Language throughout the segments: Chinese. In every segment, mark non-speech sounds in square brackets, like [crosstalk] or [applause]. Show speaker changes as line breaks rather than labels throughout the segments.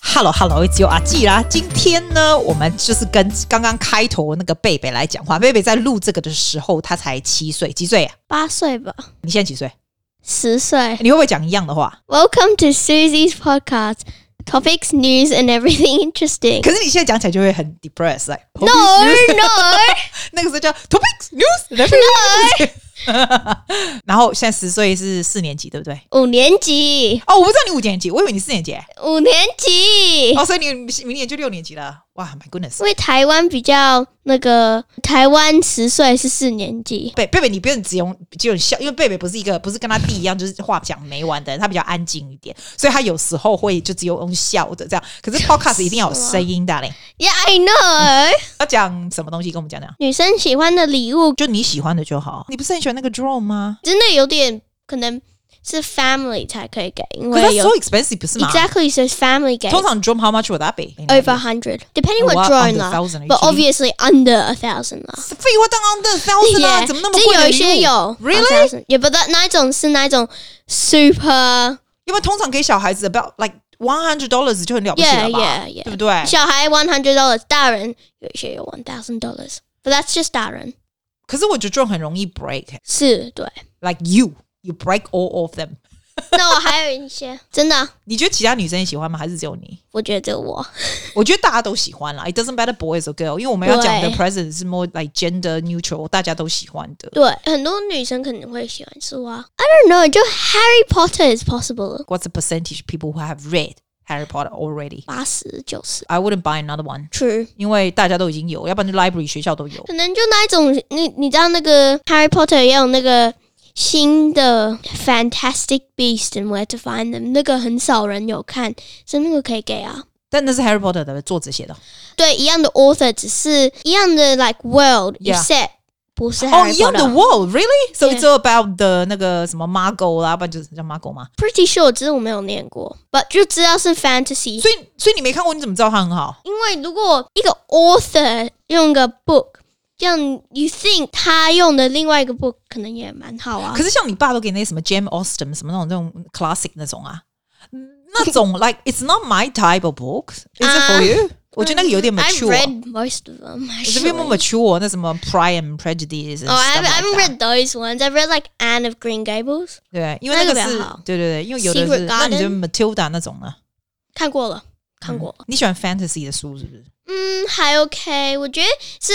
Hello Hello，只有阿季啦。啊今天呢，我们就是跟刚刚开头那个贝贝来讲话。贝贝在录这个的时候，他才七岁，几岁、啊？
八岁吧，
你现在几岁？
十岁。
你会不会讲一样的话？
Welcome to Susie's podcast. Topics, news, and everything [laughs] interesting.
可是你现在讲起来就会很 depressed，、like, [laughs]
No, no,
那个时候叫 topics news，然 [laughs] 后现在十岁是四年级，对不对？
五年级，
哦，我不知道你五年级，我以为你四年级。
五年级。
哦，所以你明年就六年级了。哇，My goodness！
因为台湾比较那个，台湾十岁是四年级。
贝贝贝，你不用只用只有笑，因为贝贝不是一个不是跟他弟一样，就是话讲没完的人，他比较安静一点，所以他有时候会就只有用笑的这样。可是
啊
podcast 一定要有声音的嘞。
Yeah, I know.
要讲什么东西，跟我们讲讲，
女生喜欢的礼物
就你喜欢的就好。啊你不是很喜欢那个 drone 吗？
真的有点可能是 family 才可以给，因
可是它
为
so
有
expensive 不是吗
exactly 哎是 family 给
通常 drone how much would that be？
over hundred, depending what
What,
drawing
under
啦
thousand, are you
but
kidding?
obviously under a thousand 啦。
废话，当然的 thousand 啊，怎么那么
只
贵的
有一
礼物
些有
Really？
也不那那一种是那一种 super
因为通常给小孩子 about like one hundred dollars 就很了不起
yeah
了吧
yeah
对
yeah，
不对？
小孩 one hundred dollars，大人有一些有 one thousand dollars，but that's just 大人
可是我觉得 drone 很容易 break，like
是对。
you you break all of them。
那我还有一些真的，
你觉得其他女生也喜欢吗？还是只有你？
我觉得我
我觉得大家都喜欢啦。It doesn't matter boys or girl，因为我们要讲的
对
present 是 more like gender neutral，大家都喜欢的。
对很多女生可能会喜欢是啊 I don't know，就 Harry Potter is possible
What's the percentage of people who have read Harry Potter already?
八十九十
I wouldn't buy another one，
true。
因为大家都已经有，要不然就 library 学校都有。
可能就那一种，你你知道那个《Harry Potter》也有那个新的《Fantastic Beasts and Where to Find Them》，那个很少人有看，所以那个可以给啊。
但那是 Harry Potter 的作者写的。
对，一样的 author，只是一样的 like world
Yeah.
except 不是
哦，
Harry
一样的
Potter。
world really? So
Yeah.
it's all about the 那个什么 Margot 啦，不然就是叫 Margot 吗？
Pretty sure，只是我没有念过，but 就知道是 fantasy。
所以所以你没看过，你怎么知道它很好？
因为如果一个 author 用个 book，这样 you think 他用的另外一个 book 可能也蛮好啊
可。是像你爸都给那些什么 Jam Austen 什么那种那种 classic 那种啊，那种
[laughs]
like it's not my type of book. Is it for
啊
you？我觉得那个有点
I've
mature。
Ah，嗯
啊
read most of them.
It's a bit more
actually.
mature，那什么 Pride and Prejudice and
Oh, I haven't, I
stuff
haven't
like that。
read those ones. I've read like Anne of Green Gables.
对，因为那个
那个
是
比较好，
对对对，因为有的是，
Secret
那你觉得
Garden
Matilda 那种呢？
看过了，看过了。
你喜欢 fantasy 的书是不是？
嗯，还 OK。我觉得是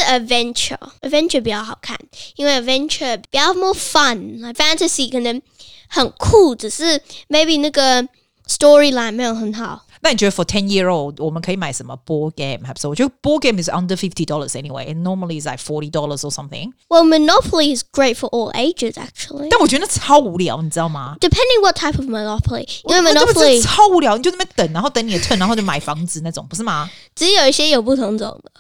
adventure，adventure 比较好看，因为 adventure 比较 more fun。fantasy 可能很酷，只是 maybe 那个 storyline 没有很好。
那你觉得 for ten year old 我们可以买什么 board game？还不是？我觉得 board game is under fifty dollars anyway，and normally is like forty dollars or something。
Well, Monopoly is great for all ages, actually.
但我觉得那超无聊，你知道吗？
Depending what type of Monopoly，因为
那这不
Monopoly
是超无聊，你就在那边等，然后等你的 turn，然后就买房子那种，不是吗？
只有一些有不同种的。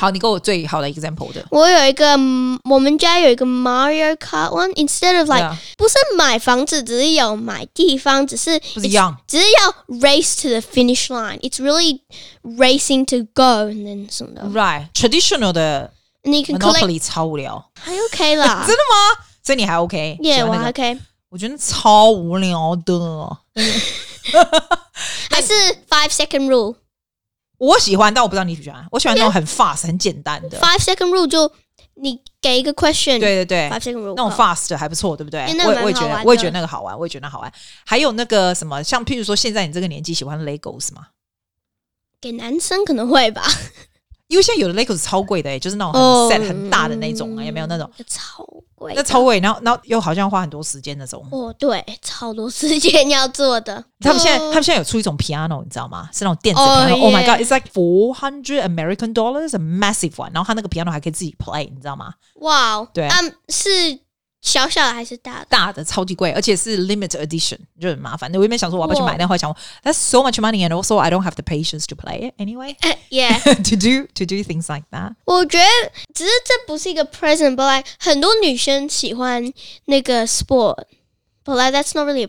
好，你给我最好的 example 的。
我有一个，嗯我们家有一个 Mario Kart one，instead of like
Yeah
不是买房子，只是有买地方，只是
不是一样，
只是要 race to the finish line. It's really racing to go and then 什么的
Right, traditional 的
and you can collect
Monopoly 超无聊，
还 OK
[laughs]
啦
真的吗？所以你还 OK？喜
啊，Yeah，
欢
我
那
还
个
OK，
我觉得超无聊的。
还是 five second rule，five
我喜欢，但我不知道你喜不喜欢。我喜欢那种很 fast、很简单的。
second rule 就你给一个 question，five
对对对，
second rule
那种
好
fast 还不错，对不对？
因为那
我
蛮
也我也觉
好
得
玩，的
我也觉得那个好玩，我也觉得好玩。还有那个什么，像譬如说，现在你这个年纪喜欢 Legos 吗？
给男生可能会吧，
因为现在有的 Legos 超贵的、欸，就是那种很
哦
set、很大的那种啊，有没有那种？
超贵
那
的，
超贵，然后然后又好像花很多时间那种。
哦对，超多时间要做的，
他们现在
哦
他们现在有出一种 piano，你知道吗？是那种电子
哦
piano。Oh my
yeah
god，it's like four hundred American dollars，a massive one。然后它那个 piano 还可以自己 play，你知道吗？
哇哦，
对
嗯，是小小的还是大
[laughs]
的？
大的超级贵，而且是 limit edition，就很麻烦。我原本想说我要不要去买，
哇
但后来想我 that's so much money，and also I don't have the patience to play it anyway 。 [laughs]
耶
to do to do things like that，
哎我觉得只是这不是一个 present，but like 很多女生喜欢那个 sport，but like that's not really a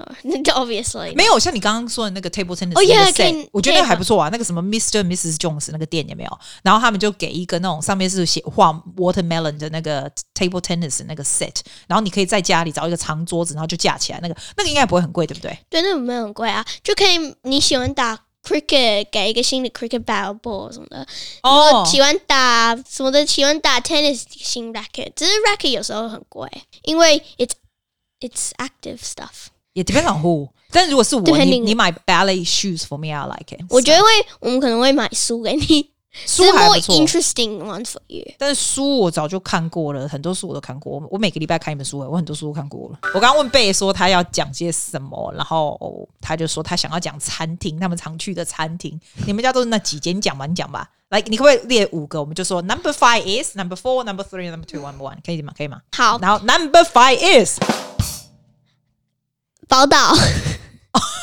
[laughs] present，obviously。
没有像你刚刚说的那个 table tennis
哦
那个
yeah，可以
set，我觉得那个还
可以
不错啊。那个什么 Mr. Mrs. Jones 那个店有没有？然后他们就给一个那种上面是写画 watermelon 的那个 table tennis 的那个 set，然后你可以在家里找一个长桌子，然后就架起来。那个那个应该不会很贵，对不对？
对，那种没有很贵啊，就可以你喜欢打 cricket 给一个新的 cricket bat ball 什么的。
哦
我喜欢打什么的，喜欢打 tennis 新 racket，只是 racket 有时候很贵，因为 it's it's active stuff。
也 depends on who。但如果是我，你
Depending-
你买 ballet shoes for me，I like it。
我觉得会，我们可能会买书给你，
书
只是
还
more
不错，
interesting ones for you。
但是书我早就看过了，很多书我都看过。我我每个礼拜看一本书，我很多书都看过了。我刚刚问贝说他要讲些什么，然后哦他就说他想要讲餐厅，他们常去的餐厅。你们家都是那几间，你讲吧，你讲吧。来，你可不可以列五个？我们就说 number five is number four number three number two number one，可以吗？可以吗？
好，
然后 number five is
宝岛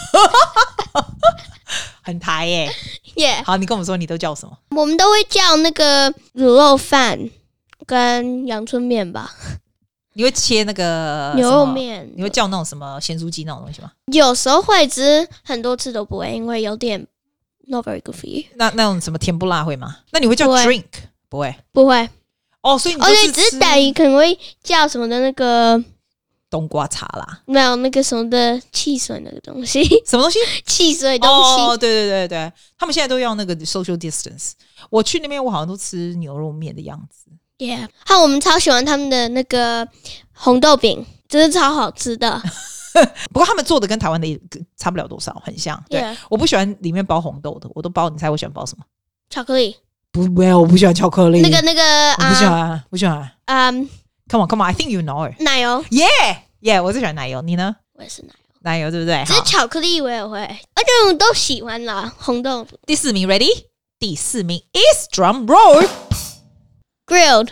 [laughs]
很台耶、
耶，
好，你跟我们说你都叫什么？
我们都会叫那个卤肉饭跟阳春面吧，
你会切那个
牛
呃什么
肉？面。
你会叫那种什么咸酥鸡那种东西吗？
有时候会，只是很多次都不会，因为有点 not very good for you。
那那种什么甜不辣会吗？那你会叫
不会
drink 不会？
不会，
哦，所以你
哦
都
对，
是
只是
吃
等于可能会叫什么的那个，
冬瓜茶啦，
没有那个什么的汽水那个东西， [laughs]
什么东西？
汽水东西。
哦，对对对对，他们现在都要那个 social distance。我去那边，我好像都吃牛肉面的样子。
Yeah，还有我们超喜欢他们的那个红豆饼，真是超好吃的。
不过他们做的跟台湾的也差不了多少，很像。对
Yeah，
我不喜欢里面包红豆的，我都包。你猜我喜欢包什么？
巧克力，
不，没有，我不喜欢巧克力
那个那个
我不喜
啊，
欢，不喜欢。
嗯，
Come on，Come on，I think you know.
奶油，
Yeah, yeah，我最喜欢奶油，你呢？
我也是奶油，
奶油对不对？
只是
好，
巧克力我也会，而且我都喜欢啦。红豆饼
第四名，Ready？第四名 is drum roll。
grilled，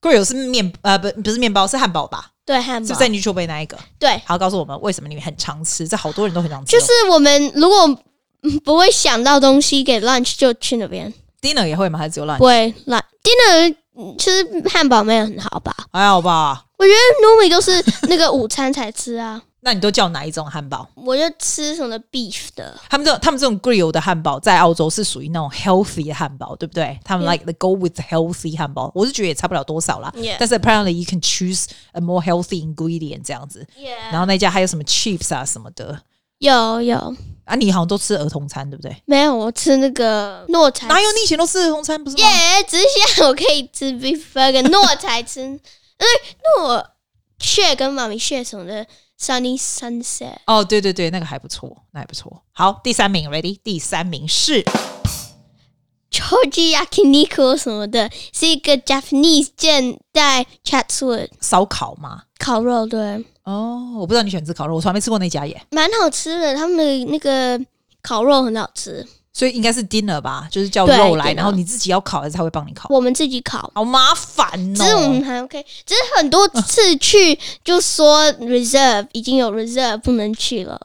贵友是面呃不不是面包是汉堡吧？
对汉堡，
是不是在 n u t r a Bay 那一个？
对，
好，告诉我们为什么你很常吃？这好多人都很常吃哦。
就是我们如果嗯不会想到东西给 lunch 就去那边，
dinner 也会吗？还是只有 lunch？
不会 lunch dinner 嗯吃汉堡没有很好吧？
还好吧？
我觉得 normally 都是那个午餐才吃啊， [laughs]
那你都叫哪一种汉堡？
我就吃什么 beef 的。
他们这种他们这种 grill 的汉堡在澳洲是属于那种 healthy 的汉堡，对不对？
嗯
他们 like the go with the healthy 汉堡，我是觉得也差不了多少啦。
Yeah
但是 apparently you can choose a more healthy ingredient 这样子。然后那家还有什么 chips 啊什么的
有有，
啊？你好像都吃儿童餐，对不对？
没有我吃那个诺才
哪有你以前都吃儿童餐不是吗
耶只是现在我可以吃 beef burger，诺才吃，因为诺 share 跟妈咪 share 什么的 sunny sunset
哦，对对对，那个还不错，那还不错。好，第三名，ready？第三名是
choji yakiniku 什么的，是一个 Japanese 店在 Chatswood
烧烤嘛？
烤肉，对，
哦，我不知道你喜欢吃烤肉，我从来没吃过那家耶。
蛮好吃的，他们的那个烤肉很好吃，
所以应该是 dinner 吧，就是叫
对
肉来，
dinner
然后你自己要烤，还是他会帮你烤？
我们自己烤。
好麻烦
只是我
哦
们！还 OK，只是很多次去就说 reserve 已经有 reserve 不能去了，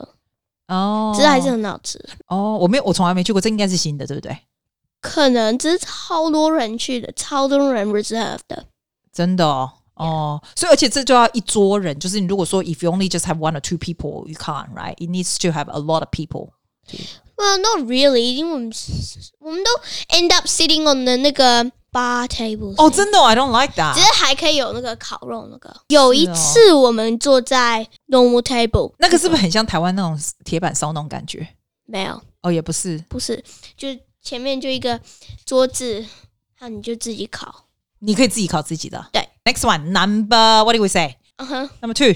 哦，
只是还是很好吃。
哦，我没有，我从来没去过，这应该是新的，对不对？
可能只是超多人去的，超多人 reserve 的。
真的哦。哦，所以而且这就要一桌人，就是你如果说 if you only just have one or two people, you can't, right? It needs to have a lot of people.
Well, not really，因为我们我们都 end up sitting on 的那个 bar table。
哦，真的、哦、，I don't like
只
that。
是还可以有那个烤肉那个。有一次我们坐在 normal table，
那个是不是很像台湾那种铁板烧那种感觉？
没有，
哦，也不是，
不是，就是前面就一个桌子，那你就自己烤。
你可以自己烤自己的。
对
，next one number what do we say?
嗯哼，
Number two，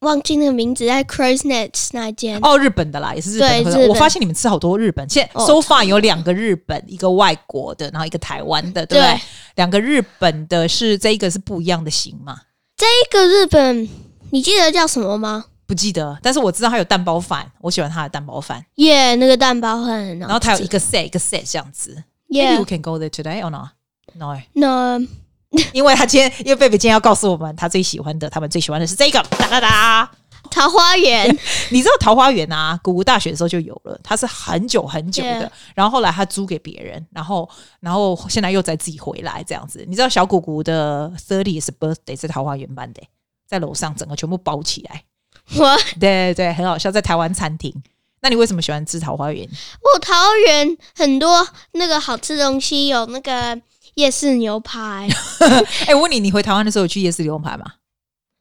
忘记那个名字，在 Crows Nest 那间。
哦，日本的啦，也是日本
对
的
日本
我发现你们吃好多日本，现在
哦
so far 有两个日本，一个外国的，然后一个台湾的，对不对
对？
两个日本的是这一个是不一样的型嘛？
那个日本，你记得叫什么吗？
不记得，但是我知道它有蛋包饭，我喜欢它的蛋包饭。
耶、那个蛋包很
然后
好吃。
它有一个 set 一个 set 这样子。Maybe
Yeah，
we can go there today or not? No， [laughs]
那
因为他今天，因为贝贝今天要告诉我们，他最喜欢的，他们最喜欢的是这个，哒哒哒。
桃花源 [laughs]
你知道桃花源啊，古古大学的时候就有了，它是很久很久的
Yeah
然后后来他租给别人，然后然后现在又再自己回来这样子。你知道小古古的 thirtieth birthday 是桃花源办的、在楼上整个全部包起来，
我
对对对，很好笑，在台湾餐厅。那你为什么喜欢吃桃花源？ [laughs]
我桃园很多那个好吃的东西，有那个夜市牛排，
[laughs] 哎、我问你，你回台湾的时候有去夜市牛排吗？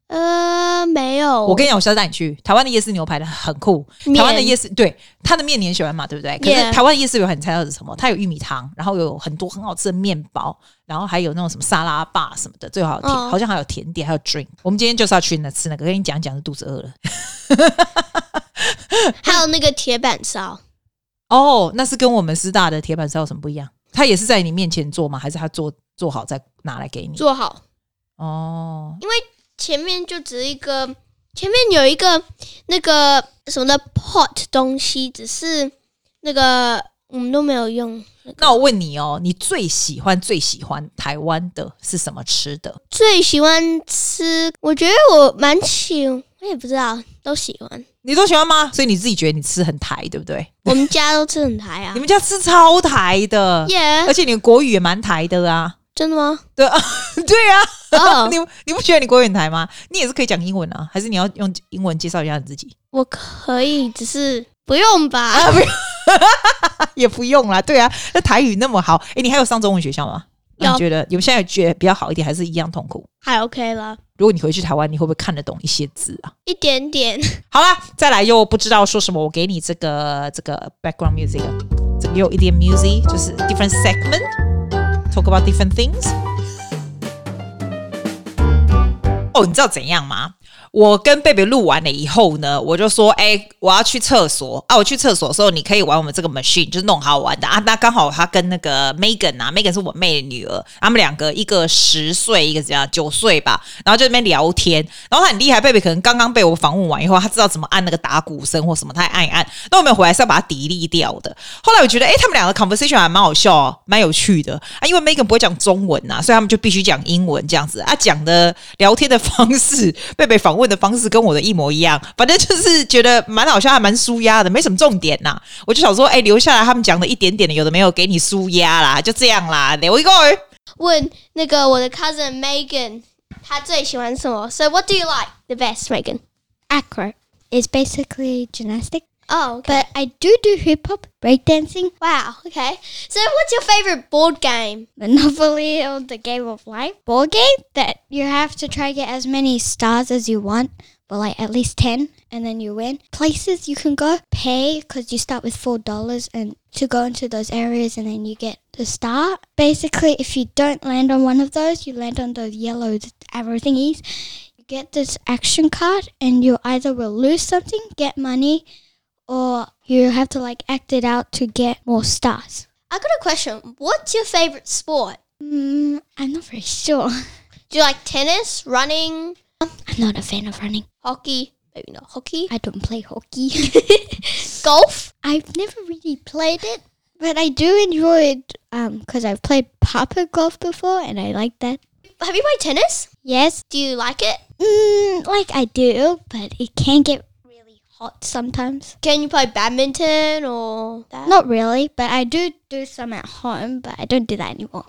呃，没有，
我跟你讲，我下次带你去台湾的夜市牛排的很酷。台湾的夜市，对它的面你很喜欢嘛，对不对？可是
Yeah
台湾的夜市有很你猜到是什么？它有玉米汤，然后有很多很好吃的面包，然后还有那种什么沙拉吧什么的，最好有甜，
哦
好像还有甜点，还有 drink。我们今天就是要去那吃那个，跟你讲一讲，就肚子饿了。
还有那个铁板烧，
哦，那是跟我们师大的铁板烧有什么不一样？它也是在你面前做吗？还是它做做好再拿来给你？
做好
哦，
前面就只是一个，前面有一个那个什么的 pot 东西，只是那个我们都没有用。
那我问你哦，你最喜欢最喜欢台湾的是什么吃的？
最喜欢吃，我觉得我蛮喜，我也不知道，都喜欢。
你都喜欢吗？所以你自己觉得你吃很台，对不对？
我们家都吃很台
[laughs]
啊
你，们家吃超台的，
耶
而且你的国语也蛮台的
[laughs]
啊。
真的吗？
对啊，对啊，
哦、
[laughs] 你你不觉得你国语很台吗？你也是可以讲英文啊，还是你要用英文介绍一下你自己？ [laughs]
我可以，只是不用吧？
啊也不用啦，对啊，那台语那么好，诶，你还有上中文学校吗？那你
有
觉得你们现在觉得比较好一点，还是一样痛苦？
还 OK 了，
如果你回去台湾，你会不会看得懂一些字啊？
一点点。 [laughs]
好啦，再来又不知道说什么，我给你这个这个 background music，这个又有一点 music，就是 different segment，talk about different things。哦，你知道怎样吗？我跟贝贝录完了以后呢，我就说，哎、我要去厕所啊！我去厕所的时候，你可以玩我们这个 machine，就是弄好玩的啊。那刚好他跟那个 Megan 啊，Megan 是我妹的女儿，他们两个一个十岁，一个怎样九岁吧，然后就在那边聊天，然后他很厉害，贝贝可能刚刚被我访问完以后，他知道怎么按那个打鼓声或什么，他也按一按。那我们回来是要把它抵力掉的。后来我觉得，哎、他们两个 conversation 还蛮好笑、哦，蛮有趣的啊，因为 Megan 不会讲中文呐、所以他们就必须讲英文这样子啊，讲的聊天的方式，贝贝访问的方式跟我的一模一样，反正就是觉得蛮好笑，还蛮舒压的，没什么重点呐、我就想说，哎、留下来他们讲的一点点的，有的没有给你舒压啦，就这样啦，留一个。
问那个我的 cousin Megan，她最喜欢什么？So what do you like the best, Megan?
Acro is basically gymnastic,
Oh, okay.
but I do do hip hop, breakdancing,
wow, okay. So what's your favorite board game?
Monopoly, [laughs] or the game of life ball game that you have to try to get as many stars as you want, but like at least 10, and then you win. Places you can go, pay because you start with $4 and to go into those areas, and then you get the star. Basically, if you don't land on one of those, you land on those yellow arrow thingies. You get this action card, and you either will lose something, get money, or you have to like act it out to get more stars.
I got a question. What's your favorite sport?
Mm, I'm not very sure. [laughs]
Do you like tennis, running,
I'm not a fan of running.
hockey? Maybe not hockey.
I don't play hockey. [laughs]
Golf?
I've never really played it, but I do enjoy it because I've played papa golf before and I like that.
Have you played tennis?
Yes,
Do you like it?
mm, like I do, but it can get really hot sometimes.
Can you play badminton or that?
Not really, but I do do some at home, but I don't do that anymore.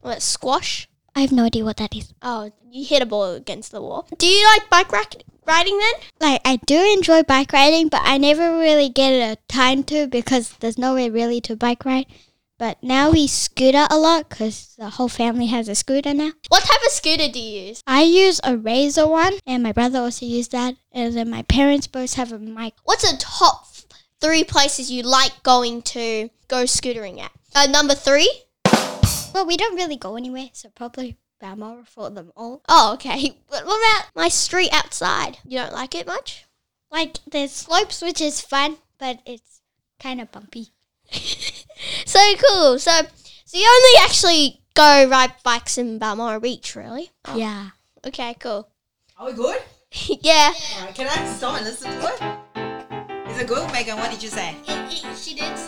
Or like squash?
I have no idea what that is.
Oh, you hit a ball against the wall. Do you like bike rack- riding then?
Like, I do enjoy bike riding, but I never really get a time to because there's nowhere really to bike ride. But now we scooter a lot because the whole family has a scooter now.
What type of scooter do you use?
I use a Razor one, and my brother also used that. And then my parents both have a mic.
What's the top f- three places you like going to go scootering at? Uh, number three?
Well, we don't really go anywhere, so probably Balmoral for them all.
Oh, okay. [laughs] But what about my street outside? You don't like it much?
Like, there's slopes, which is fun, but it's kind of bumpy.
[laughs] So cool. So, so you only actually go ride bikes in Balmoral Beach, really?
Yeah.
Okay, cool. [laughs]
Are we good?
yeah.
Alright, can I stop and listen to it? Is it good, Megan? What did you say?
She did